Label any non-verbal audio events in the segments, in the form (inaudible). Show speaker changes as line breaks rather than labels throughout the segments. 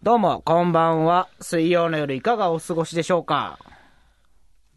どうも、こんばんは。水曜の夜いかがお過ごしでしょうか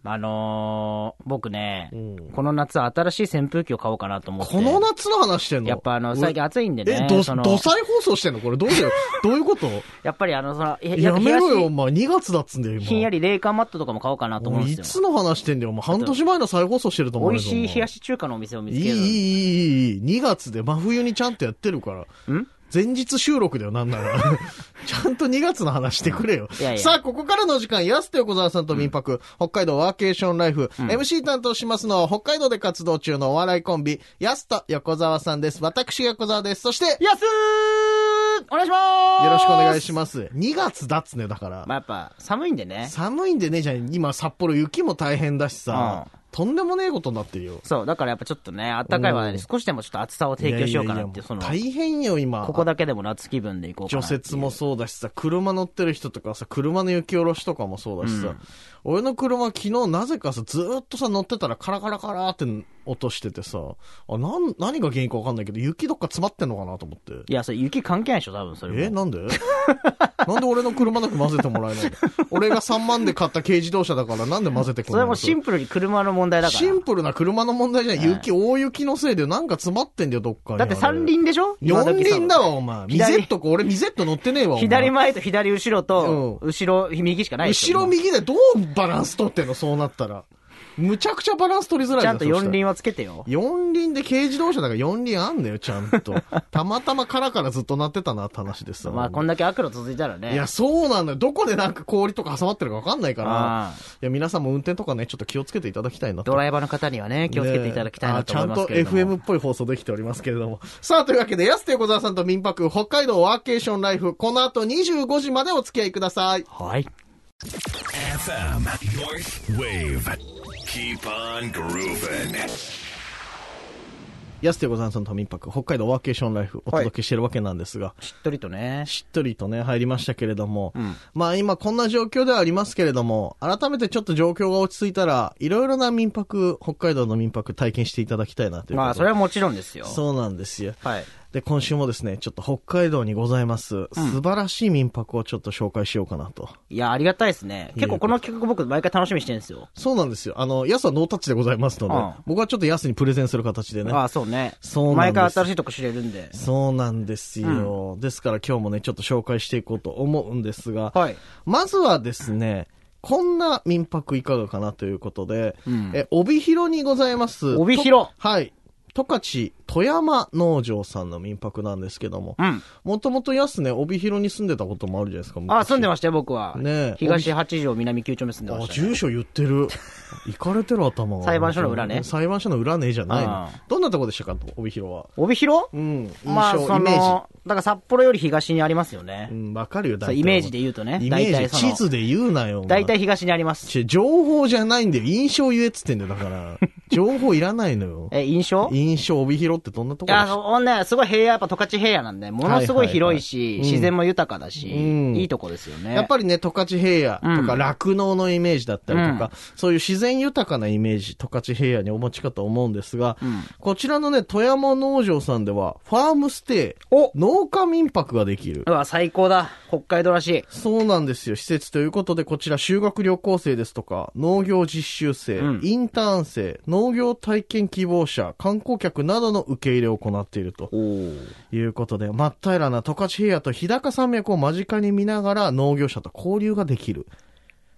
あのー、僕ね、
うん
この夏新しい扇風機を買おうかなと思って。
この夏の話してんの
やっぱあの、
俺
最近暑いんでね。
え、ど、
その
どさい放送してんのこれどういう、
(laughs)
どういうこと
やっぱりあの、その、や
やめろよ、お
日
前。2月だっつんだよ、
足
今。
ひんやり冷感マットとかも買おうかなと思う
も
ん
うい
です
つ
よ。
の話してんだよ、お前。半年前の再放送してると思う
美
よ。
味しい冷や
し。
し中華のお店を見
い
つ
い、い
ける。
い、いい、いい。2月で真冬にちゃんとやってるから。
ん
前日収録だよ、なんなら。 (laughs) ちゃんと2月の話してくれよ。
いやいや
さあ、ここからの時間、安と横澤さんと民泊、北海道ワーケーションライフ、MC 担当しますのは、北海道で活動中のお笑いコンビ、安と横澤さんです。私、横澤です。そして、よ
安ーお願いします
ろしくお願いし
ま
ます。2月だっつね、だから。
まあやっぱ、寒いんでね。
寒いんでね、じゃあ、今、札幌雪も大変だしさ、
う
とんでもねえことになってるよ。
そう、だからやっぱちょっとね、暖かい話題で少しでもちょっと暑さを提供しようかなっていう、その、
大変よ、今。
ここだけでも夏気分でいこうか
除
なっていう。
雪もそうだしさ、車乗ってる人とかさ、車の雪下ろしとかもそうだしさ、俺の車昨日なぜかさ、ずーっとさ、乗ってたらカラカラカラーって落としててさ、あ、なん、何が原因かわかんないけど、雪どっか詰まってんのかなと思って。
いや、それ雪関係ないでしょ、多分それも。
え、なんで (laughs) なんで俺の車だけ混ぜてもらえないの俺が3万で買った軽自動車だからなんで混ぜてくれ
それ
ない
はも
の
うシンプルに車の問題だか
シン
ら。
プルな車の問題じゃない。
はい
雪、大雪のせいでなんか詰まってんだよ、どっかに。
だって三輪でしょ今
4
時さ
輪だわ、お前。ミ
左
ゼットか、俺ミゼット乗ってねえわ、お前。
左前と左後ろと、
う
後ろ、右しかないでしょ
後ろ右でどうバランス取ってんのそうなったら。むちゃくちゃバランス取りづらい
ち
よ
ゃんと四。輪はつけてよ。
4輪で軽自動車だから4輪あんだよ、ちゃんと。 (laughs) たまたまカラカラずっと鳴ってたなって話でさ。
まあ、こんだけ悪路続いたら
い
ね
や、。そうなんだよ。どこでなんか氷とか挟まってるかわかんないから。
ああ
いや、皆さんも運転とかね、ちょっと気をつけていただきたいなと
ドライバーの方にはね、気をつけていただきたいなと思いますけれども。
ねえあちゃんと FM っぽい放送できておりますけれども。さあ、というわけで、安手小沢さんと民泊、北海道ワーケーションライフ、この後25時までお付き合いください。
はい。
FM North Wave. Keep on grooving.
安手小沢さんと民泊、北海道ワーケーションライフ、お届けしてるわけなんですが、
しっとりとね。
しっとりとね、入りましたけれども、
ん
まあ今こんな状況ではありますけれども、改めてちょっと状況が落ち着いたら、いろいろな民泊、北海道の民泊体験していただきたいなということ
まあ、それはもちろんですよ。
そうなんですよ。
はい。
で、今週もですね、ちょっと北海道にございます、素晴らしい民泊をちょっと紹介しようかなと。
いや、ありがたいですね。結構この企画僕毎回楽しみにしてるんですよ。
そうなんですよ。あの、ヤスはノータッチでございますので、
うん
僕はちょっとヤスにプレゼンする形でね。
ああ、そうね。
そうなん
毎
です
回新しいとこ知れるんで。
そうなんですよ、ですから今日もね、ちょっと紹介していこうと思うんですが、
はい。
まずはですね、こんな民泊いかがかなということで、
ん
え帯広にございます。
帯広
とはい。十勝富山農場さんの民泊なんですけども
う、ん。
もともとヤスね、帯広に住んでたこともあるじゃないですか。
ああ、住んで
ま
ましたよ、僕は。
ねえ
東八条南九丁目住んでま
あ、
したね、
住所言っ
(laughs)
てる。行かれてる頭が。
裁判所の裏ね
裁判所の裏ねじゃないの
あ。
どんなとこでしたか、帯広は。
帯広
うん。印象、
まあ、そ
イメージ。
の、だから札幌より東にありますよね
う。ん、わかるよ、大
そう
体。
イメージで言うとね
イメージ
大体その
地図で言うなよ。お前
大体東にあります。
ち情報じゃないんだよ。印象言えっつってんだよ、だ
(laughs)
から。情報いらないのよ。
え、印象
印象、帯広ってどんなとこ
いや、
ろ
あの、ほんね、すごい平野、やっぱ十勝平野なんで、ものすごい広い
はいはい
し、
はいうん
自然も豊かだし、
うん
いいとこですよね。
やっぱりね、十勝平野とか
うん
酪農のイメージだったりとか、そういう自然豊かなイメージ、十勝平野にお持ちかと思うんですが、こちらのね、富山農場さんでは、ファームステイ、
お
農家民泊ができる
う。わ、最高だ。北海道らしい。
そうなんですよ。施設ということで、こちら修学旅行生ですとか、農業実習生、
うん
インターン生、農業体験希望者、観光客などの受け入れを行っていると
おー
いうことで、真っ平らな十勝平野と日高山脈を間近に見ながら農業者と交流ができる。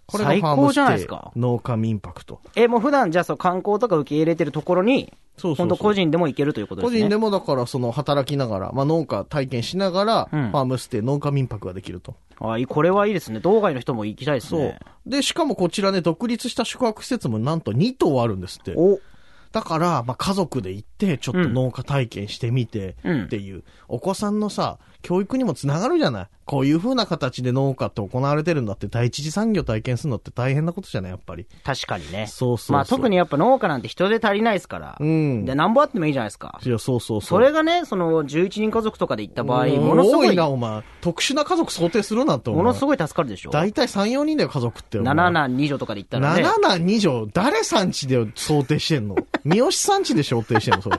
これがファー
最
ム
高じゃない
ス
です
テイ
か、
農家民泊と。
え、もう普段、じゃあ、そう、観光とか受け入れてるところに、
そう
本当個人でも行けるということで
個
すね。
人でもだから、その働きながら、まあ農家体験しながら、フ
うん
ァームステイ、農家民泊ができると。
あいいこれはいいですね。道外の人も行きたいです
そう
ね。。
で、しかもこちらね、独立した宿泊施設もなんと2棟あるんですって。
お、
だから、まあ、家族で行って、ちょっと農家体験してみて、
うん
っていう、お子さんのさ、教育にもつながるじゃないこういう風な形で農家って行われてるんだって、第一次産業体験するのって大変なことじゃないやっぱり。
確かにね。
そうそうそう
まあ、特にやっぱ農家なんて人手足りないですから。
うん
で、なんぼあってもいいじゃないですか。
いや、そうそうそ。
そうれがね、その、11人家族とかで行った場合、
うん
ものすご
多
い、
いな、
も
お前。特殊な家族想定するなって、お前。
のすごい助かるでしょ。
大体3、4人だよ、家族って。お前
7男2女とかで行ったらね。
772条、誰さんちで想定してんの三好さんちで想定してんのそれ。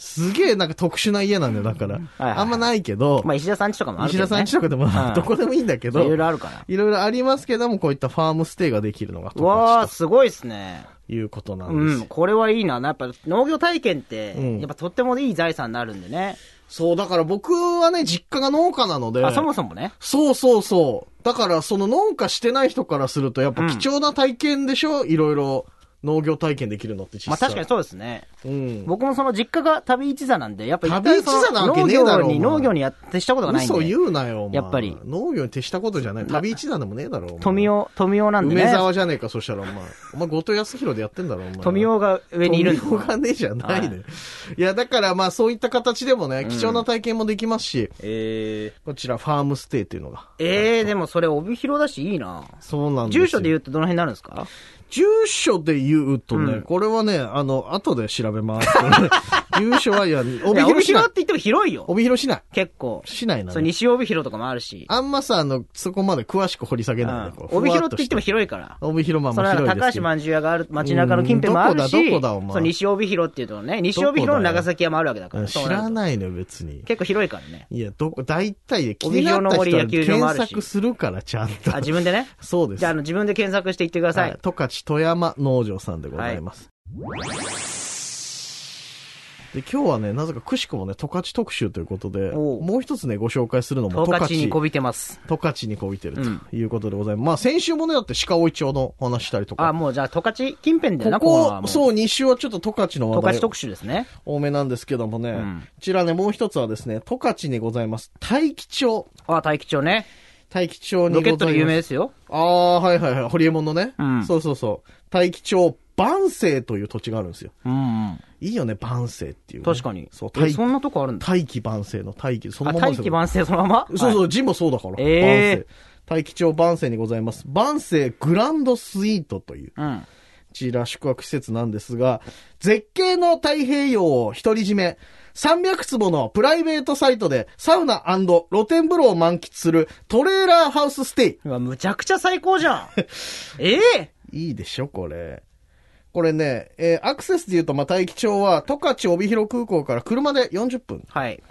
すげえなんか特殊な家なんだよ、だから。
はい
あんまないけど、
まあ、石田さんちとかもあるけ
石
ど、ね。
田さんちとかでも、
はい
どこでもいいんだけど、
いろいろあるから
いろいろありますけども、こういったファームステイができるのが
うわあ、
特
すごいですね。
徴ということなんで
う
すよ
ん、これはいいな。やっぱ農業体験って、
うん
やっぱとってもいい財産になるんでね。
そう、だから僕はね、実家が農家なので、
あ、そもそもね。
そうそうそう。だから、その農家してない人からすると、やっぱ貴重な体験でしょ、いろいろ農業体験できるのって実
まあ
際。
確かにそうですね。
に。うん。
僕もその実家が旅一座なんで、やっぱ一
旅
回
一座なわけ
農
ねえだ
業
ろ
に、
お前
農業にやってしたことがないん
嘘
で。
言うなよ、お前
やっぱり
農業に徹したことじゃない。旅一段でもねえだろ、お前
富雄、富雄なんでね。
梅沢じゃねえか、そしたらお前。お前、後藤康弘でやってんだろ、お前。
富雄が上にいるんで。
富雄がねえじゃないの、よ。い、や、だからまあそういった形でもね、貴重な体験もできますし、
え
こちらファームステイっていうのが。
ー、えー、でもそれ帯広だしいいな。
そうなんですよ
住所で言うとどの辺になるんですか
住所で言うとね、これはね、あの、後で調べます。
(laughs)
住所は、いや、帯
いや帯
広市
広
内
っ。て言っても広いよ。
帯広市内。
結構。
市内な
そう、。
の
西帯広とかもあるし。
あんまさ、あの、そこまで詳しく掘り下げ
う
ない
ん
で、こう
帯
ふわ
広っ
と
て言っ
して
ても広いから。
帯広まあ
そ
ま
れ
あ
は
広いです
高
け
橋
ど。
まんじゅう屋がある街中の近辺もあるし、
うんどこだどこだお前
そう西帯広っていうとね、西帯広の長崎屋もあるわけだか
うん
ら。
知
い。
らないのよ、別に。
結構広いからね。
いや、どこ、大体で気になった
帯広の森
人は
野球場もあ
検
るし
索するから、ちゃんと
あ、。自分でね。
そうです。
じゃあ、あの、自分で検索していってくださ。
はいい、十勝富山農場さんでございます。で今日はね、なぜかくしくもね、十勝特集ということで、
おう
もう一つね、ご紹介するのも
十
十
勝にこ
勝、
びてます。
十勝にこびてる
うん
ということでございます。まあ先週もね、だって鹿追町の話したりと
あ、
か。
もうじゃあ、十勝近辺だよ
こ
な、こはも
こ、
う
そう、2週はちょっと十勝の
十
話
勝
題
特集ですね。
多めなんですけどもね、
ん
こちらね、もう一つはですね、十勝にございます、大吉町。
あ、大吉町ね。
大吉町
ロ
にござ
ケッ
います。
トで有名ですよ。
ああ、はいはいはい、ホリエモンのね。
うん
そうそうそう。大吉町、万世という土地があるんですよ。
うんうん。
いいよね、万世っていうね、
確かに。
そう、
え
大
そんなとこあるんだ。
大気万世の大気、そ
あ、
のまま
大
です
気
よ。
晩成そのまま
そう
は
そ、
いう
字もそうだから。
ええ
万世大気町万世にございます。万世グランドスイートという、こ
うん。
ちら宿泊施設なんですが、絶景の太平洋を独り占め、300坪のプライベートサイトでサウナ露天風呂を満喫するトレーラーハウスステイ。
うわ、むちゃくちゃ最高じゃ
(laughs)
ん。ええ
いいでしょ、これ。これね、えーアクセスで言うと、まあ、大気町は、十勝帯広空港から車で40分
はい。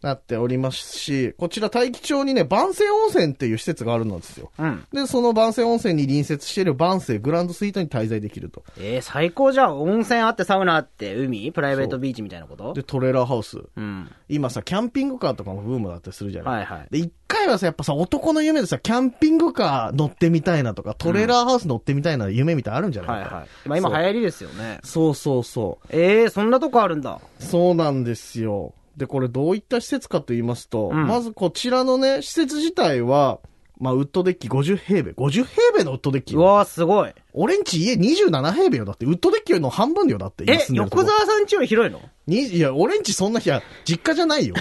なっておりますし、こちら大気町にね、万世温泉っていう施設があるんですよ。
うん。
で、その万世温泉に隣接している万世グランドスイートに滞在できると。
ええ最高じゃん。温泉あって、サウナあって、海プライベートビーチみたいなこと
で、トレーラーハウス。
うん。
今さ、キャンピングカーとかもブームだったりするじゃない、
はいはい。
で、一回はさ、やっぱさ、男の夢でさ、キャンピングカー乗ってみたいなとか、トレーラーハウス乗ってみたいな夢みたいなのあるんじゃないか、
はいはい。まあ今流行りですよね。
そうそうそう。
ええそんなとこあるんだ。
そうなんですよ。で、これどういった施設かと言いますと、
ん
まずこちらのね、施設自体は、まあ、ウッドデッキ50平米。50平米のウッドデッキ
う。わーすごい。
俺んち家27平米よ。だって、ウッドデッキの半分よ。だって、今
え、
住んでるとこ
横澤さんちより広いの
にいや、俺んちそんな、いや、実家じゃない
(laughs)
よ。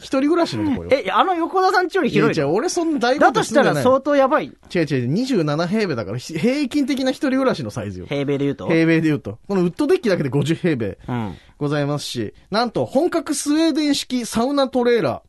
一人暮らしのとこよ。
え、いやあの横澤さんちより広い
や違
の
う、俺そんな大
だとしたら
そ
相
う。
当やばい。
違う違う、27平米だから、ひ平均的な一人暮らしのサイズよ。
平米で言うと。
平米で言うと。このウッドデッキだけで50平米。
うん。
ございますし、なんと本格スウェーデン式サウナトレーラー。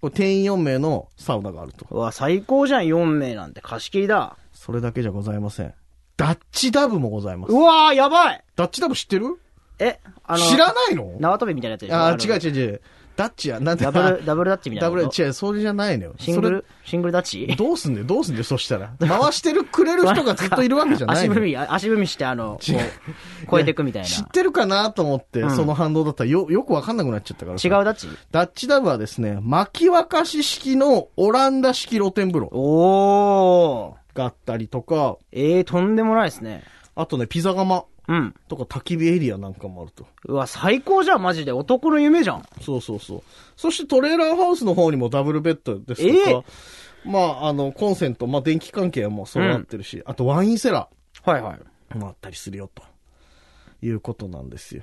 これ定員4名のサウナがあると。
うわ、最高じゃん、4名なんて。貸し切りだ。
それだけじゃございません。ダッチダブもございます
う。わー、やばい
ダッチダブ知ってる
え、あの、
知らないの
縄跳びみたいなやつでしょ
あ
の
ー、違う違う違う。ダッチや、なんて
ダブル、ダブルダッチみたい
ダ
な
ブ
こと。
ル、違う、それじゃないのよ。
シングル
そ
シングルダッチ
れどうすんねどうすんねそしたら。回してるくれる人がずっといるわけじゃない
(laughs) 足
の
踏み、あ足踏みして、あの、こう、超えていくみたいな。
知ってるかなと思って、
ん
その反動だったらよ、よくわかんなくなっちゃったから。
違う。ダッチ
ダッチダブはですね、巻き沸かし式のオランダ式露天風呂
おー。
があったりとか、
えー、とんでもないですね。
あとね、ピザ窯
うん。
とか焚き火エリアなんかもあると。
うわ、最高じゃん、マジで。男の夢じゃん。
そうそうそう。そしてトレーラーハウスの方にもダブルベッドですとか、まあ、あの、コンセント、まあ、電気関係はもうそうなってるし、あとワインセラ
はいはい。
ーもあったりするよ、ということなんですよ。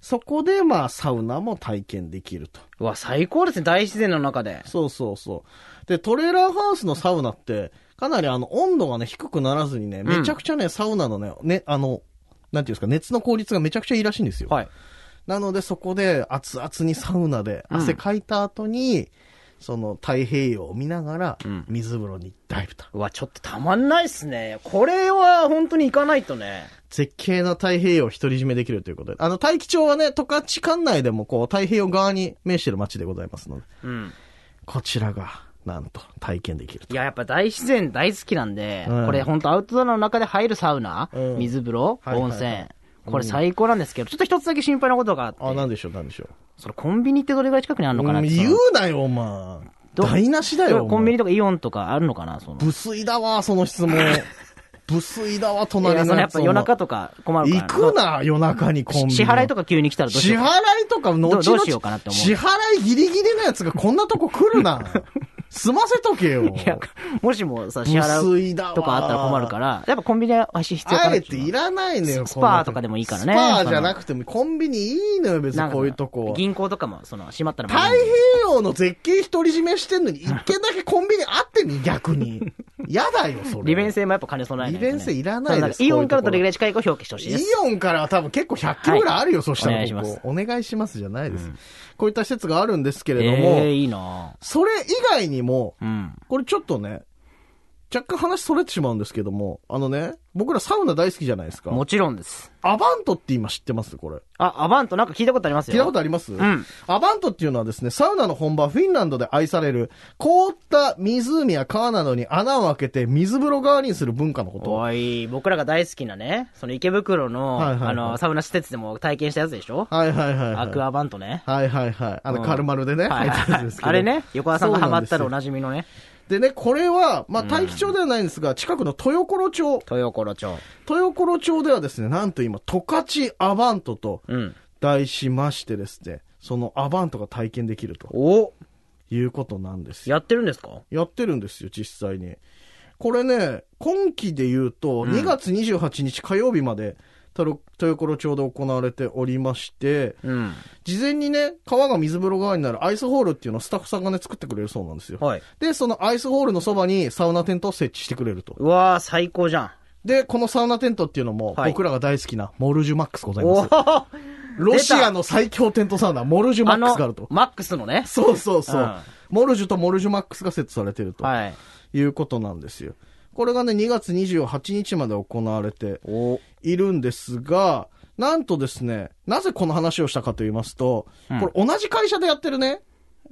そこで、まあ、サウナも体験できると。
うわ、最高ですね、大自然の中で。
そうそうそう。で、トレーラーハウスのサウナって、かなりあの、温度がね、低くならずにね、めちゃくちゃね、サウナのね、ね、あの、なんていうんですか、熱の効率がめちゃくちゃいいらしいんですよ。
はい。
なのでそこで熱々にサウナで汗かいた後に、その太平洋を見ながら
ん、
水風呂にダイブと。
うわ、ちょっとたまんないっすね。これは本当に行かないとね。
絶景な太平洋を独り占めできるということで。あの、大気町はね、十勝管内でもこう、太平洋側に面してる町でございますので、
うん。
こちらが、なんと、体験できると
い。や、やっぱ大自然大好きなんで、
うん
これ本当アウトドアの中で入るサウナ、
うん
水風呂、
はいはい
温泉。これ最高なんですけど、ちょっと一つだけ心配なことがあって、
あ、なんでしょう、なんでしょ
そのコンビニってどれぐらい近くにある
う。
のかなって、
言う
そ
なよ、お前。
ど
台無しだよ。
のコンビニ
と。
とかイオンとかあるのかなその。
無水だわ、その質
(laughs)
問。無水だわ、
いや
隣
そ
の
のや
や
っ
つ。
ぱ夜中とか困るから。
行くな、夜中にコンビニ。
支払いと
か。
か急に来たらどうし
支
よう
払
か。
いとか、後
ど
々。
うどうしようかなって思う
支払いギリギリのやつがこんなとこ来
(laughs)
るな。済ませとけよ。
いやもしもさ、支
無水
払
だわ
うとかあったら困るから、やっぱコンビニは必要か
あ
なっ
え
て
て
いうの
いらないのよ、
ス
こんな
スパーとかでもいいからね
スパーじゃなくても、コンビニいいのよ、別
なん
に
か
こういうとこは。
銀行とかも、その、閉まったらもう
太平洋の絶景独り占めしてんのに、一軒だけコンビニあってんの
(laughs)
逆に。やだよ、それ。
利便性もやっぱ金備えないとね
利便性いらないです
そのんかイオンからどれぐ
こう
らい近いかを表記してほしい
イ
です。
オンからは多分結構100キロぐらいあるよ、
はい
そした
お
ら
願いします
ここお願いしますじゃないです、こういった施設があるんですけれども、
ええいいな
それ以外にも、
うん。
これちょっとね、若干話それてしまうんですけども、あのね、僕らサウナ大好きじゃないですか。
もちろんです。
アバントって今知ってますこれ。
あ、アバントなんか聞いたことありますよ。
聞いたこと
あ
あります、
ん
アバントっていうのはですね、サウナの本場フィンランドで愛される、凍った湖や川などに穴を開けて水風呂代わりにする文化のこと。
おい、僕らが大好きなね、その池袋の、
はいはいはい
あの、サウナ施設でも体験したやつでしょ、
はいはいはい、は
ア
い。
クアバントね。
はいはいはい。あ
う
の、
ん
カルマルでね、入ってるんですけど
あれね、横田さんがハマったら
そう
お
なん
なじみのね、
ですよでね、これは、まあ、大気町ではないんですが、近くの豊頃町。
豊頃町。
豊頃町ではですね、なんと今、十勝アバントと
うん。
題しましてですね、そのアバントが体験できると
お
いうことなんですよ
やってるんですか
やってるんですよ、実際に。これね、今期で言うと、2月28日火曜日まで、たろ豊頃町で行われておりまして、
うん。
事前にね、川が水風呂側になるアイスホールっていうのをスタッフさんがね、作ってくれるそうなんですよ。
はい。
で、そのアイスホールのそばにサウナテントを設置してくれると。
うわー、最高じゃん。
で、このサウナテントっていうのも、
はい
僕らが大好きなモルジュマックスござい
お
ます。
ー
ロシアの最強テントサウナ、モルジュマ
あ
ックスがあ
の
ると、。
マックスのね。
そうそうそう。
うん
モルジュとモルジュマックスがセットされてると。
はい。
いうことなんですよ。これがね、2月28日まで行われて
お
いるんですが、なんとですね、なぜこの話をしたかと言いますと、
うん
これ同じ会社でやってるね、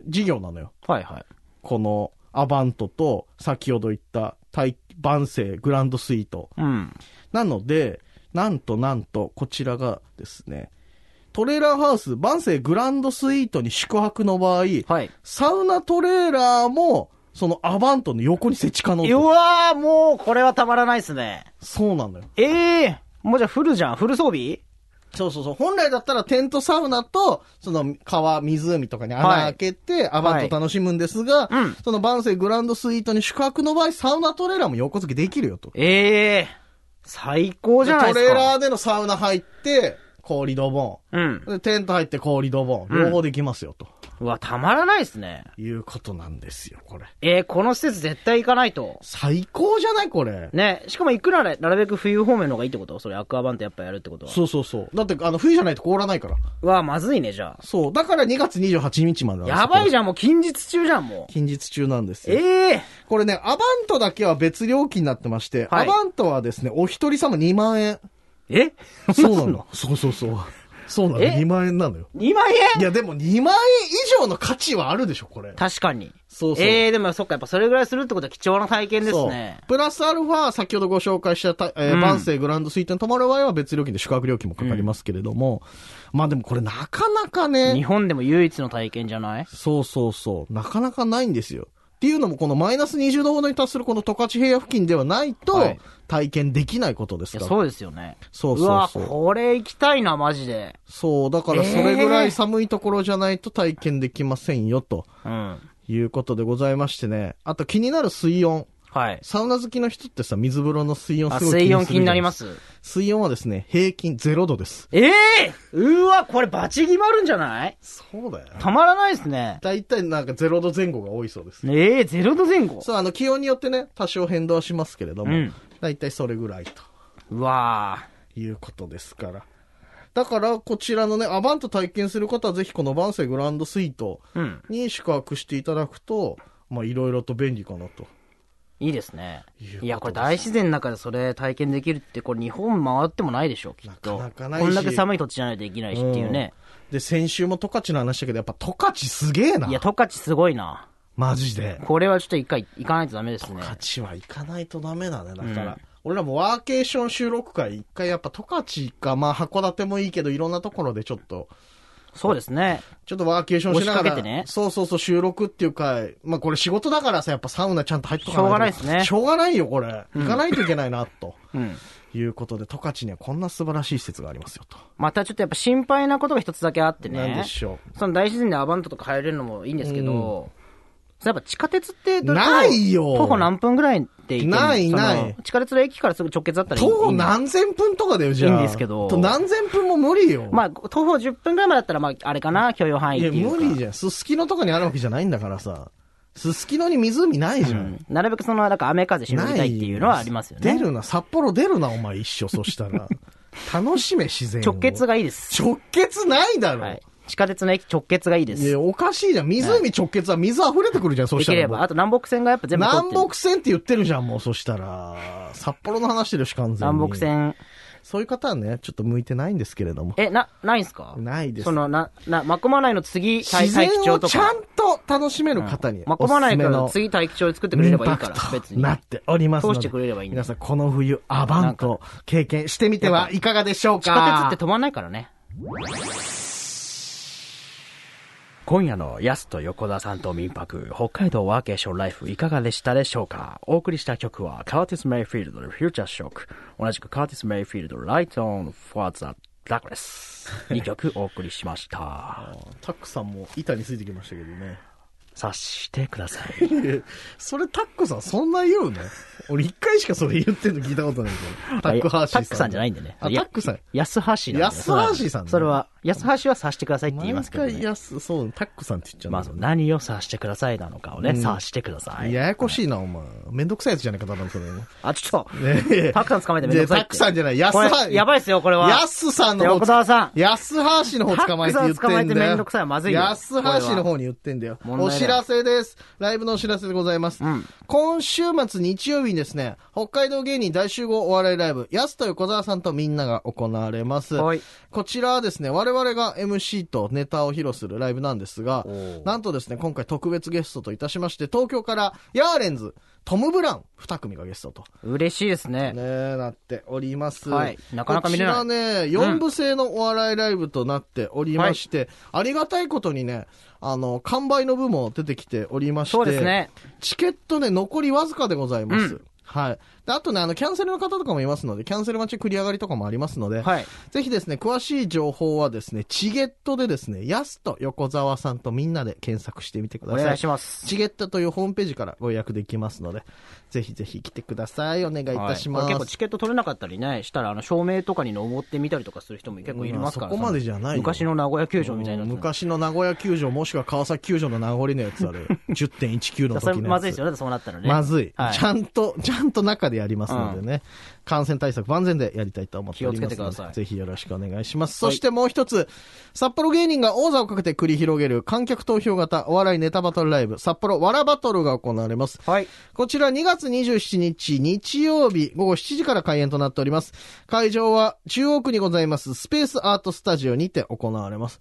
事業なのよ。
はいはい。
このアバントと先ほど言った大万世グランドスイート。
うん。
なので、なんとなんと、こちらがですね、トレーラーハウス万世グランドスイートに宿泊の場合、
はい。
サウナトレーラーも、そのアバントの横に設置可能
う
と。
わー、もうこれはたまらないっすね。
そうなのよ。
ええー、もうじゃあフルじゃん。フル装備
そうそうそう。本来だったらテントサウナと、その川、湖とかに穴開けて、アバント楽しむんですが、
うん
その万世グランドスイートに宿泊の場合、サウナトレーラーも横付けできるよと。
ええー、最高じゃない
ト
です
レ
か。
ーラーでのサウナ入って、氷ドボ
うん
ン。。で、テント入って氷ドボン。
うん
両方できますよ、と
うわ、たまらないっすね。
いうことなんですよ、これ。
ええー、この施設絶対行かないと。
最高じゃないこれ。
ね、しかも行くなら、なるべく冬方面の方がいいってことそれアクアバントやっぱやるってことは。
そうそうそう。だって、あの、冬じゃないと凍らないから。
うわ、まずいね、じゃ
そう。だから2月28日まで
あ。
なんですよ
やばいじ
ゃん。
ゃん、もう近日中じゃん、もう。
近日中なんですよ。
ええ
これね、アバントだけは別料金になってまして、
はい
アバントはですね、お一人様2
(laughs)
万円。
ー、え
そ
(laughs)
うなの。そうそうそう。そうなの。
え
2万円なのよ。
?2 万円
いや、でも2万円以上の価値はあるでしょ、これ。
確かに。
そうそう
ええー、でもそっか、やっぱそれぐらいするってことは貴重な体験です
そう
ね。
プラスアルファ、先ほどご紹介したた、えー
うん
万世グランドスイートに泊まる場合は別料金で宿泊料金もかかりますけれども、まあでもこれなかなか
日
ね、
本でも唯一の体験じゃない
そうそうそう、なかなかないんですよ。っていうのもこのマイナス20度ほどに達するこの十勝平野付近ではない
は
と
い
体験できないことです
い
か
や、
ら。
そうですよね。
そうそうそう
わ、これ行きたいな、マジで。
そう、だから
えー
それぐらい寒いところじゃないと体験できませんよ、と
うん。
いうことでございましてね。あと気になる水温。
はい。
サウナ好きの人ってさ、水風呂の水温
あ、
すごい気にするじ
水
ゃん
温気になりま。す。
水温はですね、平均0度です。
ええうわ、これバチ決まるんじゃない
そうだよ。
たまらないですね。
だいたいなんか0度前後が多いそうです。
ええゼロ度前後。
そう、あの、気温によってね、多少変動はしますけれども、
うん
だいたいそれぐらいと
うわ
いうことですから。だから、こちらのね、アバント体験する方は、ぜひこのバンセグランドスイート
うん。
に宿泊していただくと、まあ、いろいろと便利かなと。
いいですね。
いうことです
いや、これ大自然の中でそれ体験できるって、これ日本回ってもないでしょ、きっと。
なかなかないし
こんだけ寒い土地じゃないとできないしっていうね。。
で、先週も十勝の話だけど、やっぱ十勝すげえない
や、十勝すごいな。
マジで。
これはちょっと一回行かないとダメですね。
勝ちは行かないとダメだね、だから。
うん
俺らもワーケーション収録会、一回やっぱ十勝か、まあ函館もいいけど、いろんなところでちょっと、
そうですね。
ちょっとワーケーションしなが
押し
ら、
かけてね
そうそうそう、収録っていう回、まあこれ仕事だからさ、やっぱサウナちゃんと入っとかないと
しょうがないですね
しょうがないよ、これ。行かないといけないな、と
うん。
いうことで、十勝にはこんな素晴らしい施設がありますよ、と。
またちょっとやっぱ心配なことが一つだけあって
なんで
ね。
しょ
その大自然でアバントとか入れるのもいいんですけど、そうやっぱ地下鉄ってどれ
ないよ
徒歩何分ぐらいで行けるの
ない
その
ない
地下鉄の駅からすぐ直結だった
う。
らいい。
徒歩
いい
何千分とかだよ、じゃあ。
いいんですけど
と何千分も無理よ。
まあ、徒歩10分ぐらいまでだったら、まあ、あれかな、許容範囲
い
って
や、
いうか。
無理じゃん。すすきのとかにあるわけじゃないんだからさ。すすきのに湖ないじゃん。
なるべくその、なんか雨風しのぎたいっていうのはありますよね。
出るな、札幌出るな、お前一緒、そした
(laughs)
ら。楽しめ、自然を。
直結がいいです。
直結ないだろ。
はいい。地下鉄の駅直結がいいです。
や、おかしいじゃん。湖直結は水溢れてくるじゃん、そ
で
した
き
ら。
れば。あと南北線がやっぱ全部通ってる
南北線って言ってるじゃん、もう、そしたら。札幌の話してるし、完全に。
南北。線。
そういう方はね、ちょっと向いてないんですけれども。
え、な、ないんすか
ないです
その、な、な、まこまないの次、大
自
大
然
気町
を
と
ちゃ
か
ん。と楽しめる方に。
まこまないから
おすすめの
次大気町で作ってくれればいいか
イン
ら
パク、ト
別に。
なっておりますの
通
で
してくれればいいんだ
皆さん、この冬、アバント経験してみてはいかがでしょうか
地下鉄って止まんないからね。今夜のヤスと横田さんと民泊、北海道ワーケーションライフいかがでしたでしょうかお送りした曲はカーティス・メイフィールドのフューチャーショック。同じくカーティス・メイフィールドライト・オン・フォー・ザ・ダークレス。2曲お送りしました。
タックさんも板についてきましたけどね。
察してください。
それタックさんそんな言うの俺一回しかそれ言ってんの聞いたことないけど。タックハーシーさん。
タックさんじゃないんでね。
あ、タックさん。
や安橋なんで。
安橋さんね
それは、安橋は察してくださいって言いますけど、ね。
毎回やす、そう、タックさんって言っちゃうんだ
ま
よ
ず何を察してくださいなのかをね、察してください。
ややこしいな、お前。めんどくさいやつじゃねえか、多分それね。
あ、ちょっと、
ねえ
(laughs) たくさん捕まえてめんどくさいって。
でタクさんじゃない安
これ
は
やばいっすよ、これは。
ヤスさんの
横澤さん
ヤスハーシの方捕まえて言ってんだ
タックさん捕
よ。
まえてめんどくさいはまずいよ
ヤスハーシの方に言ってんだよ。
これは
お知らせです。ライブのお知らせでございます。
ん
今週末日曜日にですね、北海道芸人大集合お笑いライブ、ヤスと横澤さんとみんなが行われます。
はい
こちらはですね、我々が MC とネタを披露するライブなんですが
おー、
なんとですね、今回特別ゲストといたしまして、東京からヤーレンズ、トム・ブラウン2組がゲストと。
嬉しいですね。
ねえ、なっております。
はいなかなか見れない
こちらね、4部制のお笑いライブとなっておりまして、ありがたいことにね、あの、完売の部も出てきておりまして、
そうですね。
チケットね、残りわずかでございます。
う
はい。で、あとね、あの、キャンセルの方とかもいますので、キャンセル待ち繰り上がりとかもありますので、
はい
ぜひですね、詳しい情報はですね、チゲットでですね、やすと横澤さんとみんなで検索してみてくだ
お
さい。
願いします。
チゲットというホームページからご予約できますので、ぜひぜひ来てください。お願いいたしま
はいこ
す。
れ結構チケット取れなかったりね、したら、あの、照明とかに登ってみたりとかする人も結構いますから、
うんそこまでじゃないよ
昔の名古屋球場みたいなの。
昔の名古屋球場もしくは川崎球場の名残のやつ
(laughs)
あれ10.19の
それ
時のや
ま
つ
ずいですよね、そうなったらね。
まずい、
は
ちゃんとちゃんと中でやりますのでね、感染対策万全でやりたいと思っておりますので
気をつけてください
ぜひよろしくお願いします、そしてもう一つ札幌芸人が王座をかけて繰り広げる観客投票型お笑いネタバトルライブ札幌わらバトルが行われます
はい。
こちら2月27日日曜日午後7時から開演となっております。会場は中央区にございますスペースアートスタジオにて行われます。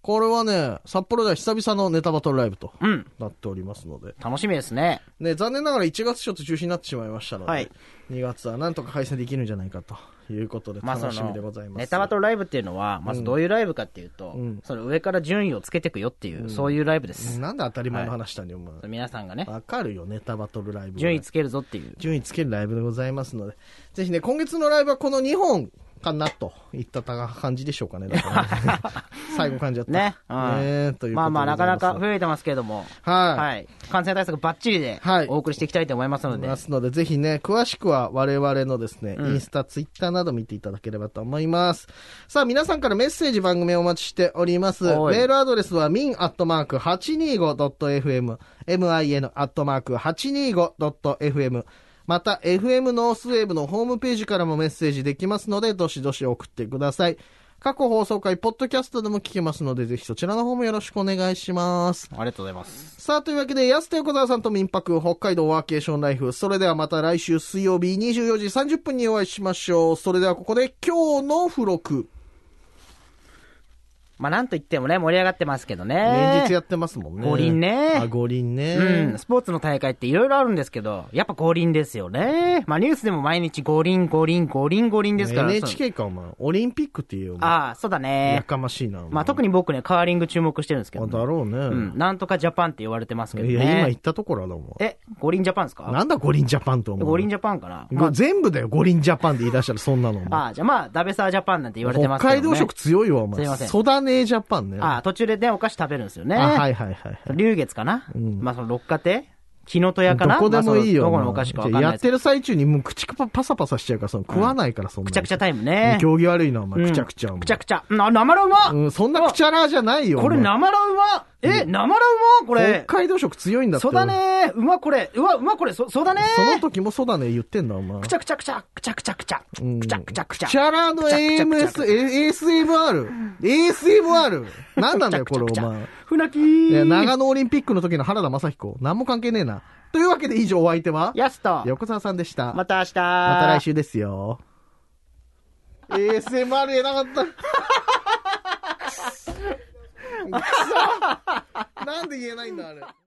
これはね、札幌では久々のネタバトルライブと
うん。
なっておりますので。
楽しみですね。
ね、残念ながら1月ちょっと中止になってしまいましたので、
はい
2月はなんとか開催できるんじゃないかということで
まあ、そ
楽しみでご
の
ざい、ます。
ネタバトルライブっていうのは、まずどういうライブかっていうと、
ん
その上から順位をつけていくよっていう、そういうライブです。
なんで当たり前の話したんだよ、お前
皆さんがね、
わかるよ、ネタバトルライブは。
順位つけるぞっていう。
順位つけるライブでございますので、ぜひね、今月のライブはこの2本かなといった感じでしょうかね。だ
(laughs)
からね最後感じだった。
ねうん
えということでございす
まあまあ、なかなか増えてますけれども、
はい。
はい。感染対策ばっちりで
はい、
お送りしていきたいと思いますので、
ますので、ぜひね、詳しくは我々のですね、インスタ、ツイッターなど見ていただければと思います。さあ、皆さんからメッセージ番組お待ちしております。メ
はい
ールアドレスは min.825.fm、min.825.fm、また、FM ノースウェーブのホームページからもメッセージできますので、どしどし送ってください。過去放送回、ポッドキャストでも聞けますので、ぜひそちらの方もよろしくお願いします。
ありがとうございます。
さあ、というわけで、安手横澤さんと民泊、北海道ワーケーションライフ。それではまた来週水曜日24時30分にお会いしましょう。それではここで、今日の付録。
まあ、なんと言ってもね、盛り上がってますけどね。
連日やってますもんね。
五輪ね
あ、五輪ね。
うん、スポーツの大会っていろいろあるんですけど、やっぱ五輪ですよね。まあ、ニュースでも毎日五輪、五輪、五輪、五輪ですから。
NHK か、お前。オリンピックって言うよ。お前
ああ、そうだ
や
ね。
かましいな。
まあ、特
に。
に僕ね、カーリング注目してるんですけ
あ
ど、
だろうね。
うん、なんとかジャパンって言われてますけど
いや、今言
ね
っ。たところだもん。
え、五輪ジャパンですか
なんだ五輪ジャパンと思う。
五輪ジャパンかな、
ご
まあ
全部だよ、五輪ジャパンで言い出したらそんなの。お前
ああ、じゃあまあ、ダベサージャパンなんて言われてますけ
北
ど、ね。
海道色強いわ、お前。
すいません
ソダネージャパンね。
ああ、途中でね、お菓子食べるんですよね。
あはいはいはいはい。
龍月かな、まあ、その六花亭木の戸屋か
ど
な
こでもいいよ。
まあそのどこのお菓子かわかんない
や
で
っ
すけ
て
ど。
る最中にもう口パサパサしちゃうから、その食わないから、そんな。
くちゃくちゃタイムね。
行儀悪いな、お前。
うん
くちゃくちゃ。お前
くちゃくちゃ。な生ラウマ、
うん、そんなくちゃらじゃないよ。
これ
お前
生ラウマえ、生ラウマこれ。
北海道色強いんだって。
そうだねうまこれ。うわ、うまこれ。そ、そうだね
その時もそうだね、言ってんだ、お前。
くちゃくちゃくちゃ、くちゃくちゃくちゃ、
うん
くちゃくちゃくちゃ。
チャラの
くちゃくちゃくちゃ
AMS、え ASMR。ASMR。何なんだよ、
くち
こ
ゃ
れ、
くちゃ
お前。
船木
いや
ー。
長野オリンピックの時の原田雅彦。何も関係ねえな。というわけで以上お相手は、
やすと。
横澤さんでした。
また明日。
ま
ま
た来。週ですよ。ASMR えなか (laughs) った。くそくそなんで言えないんだ、あれ。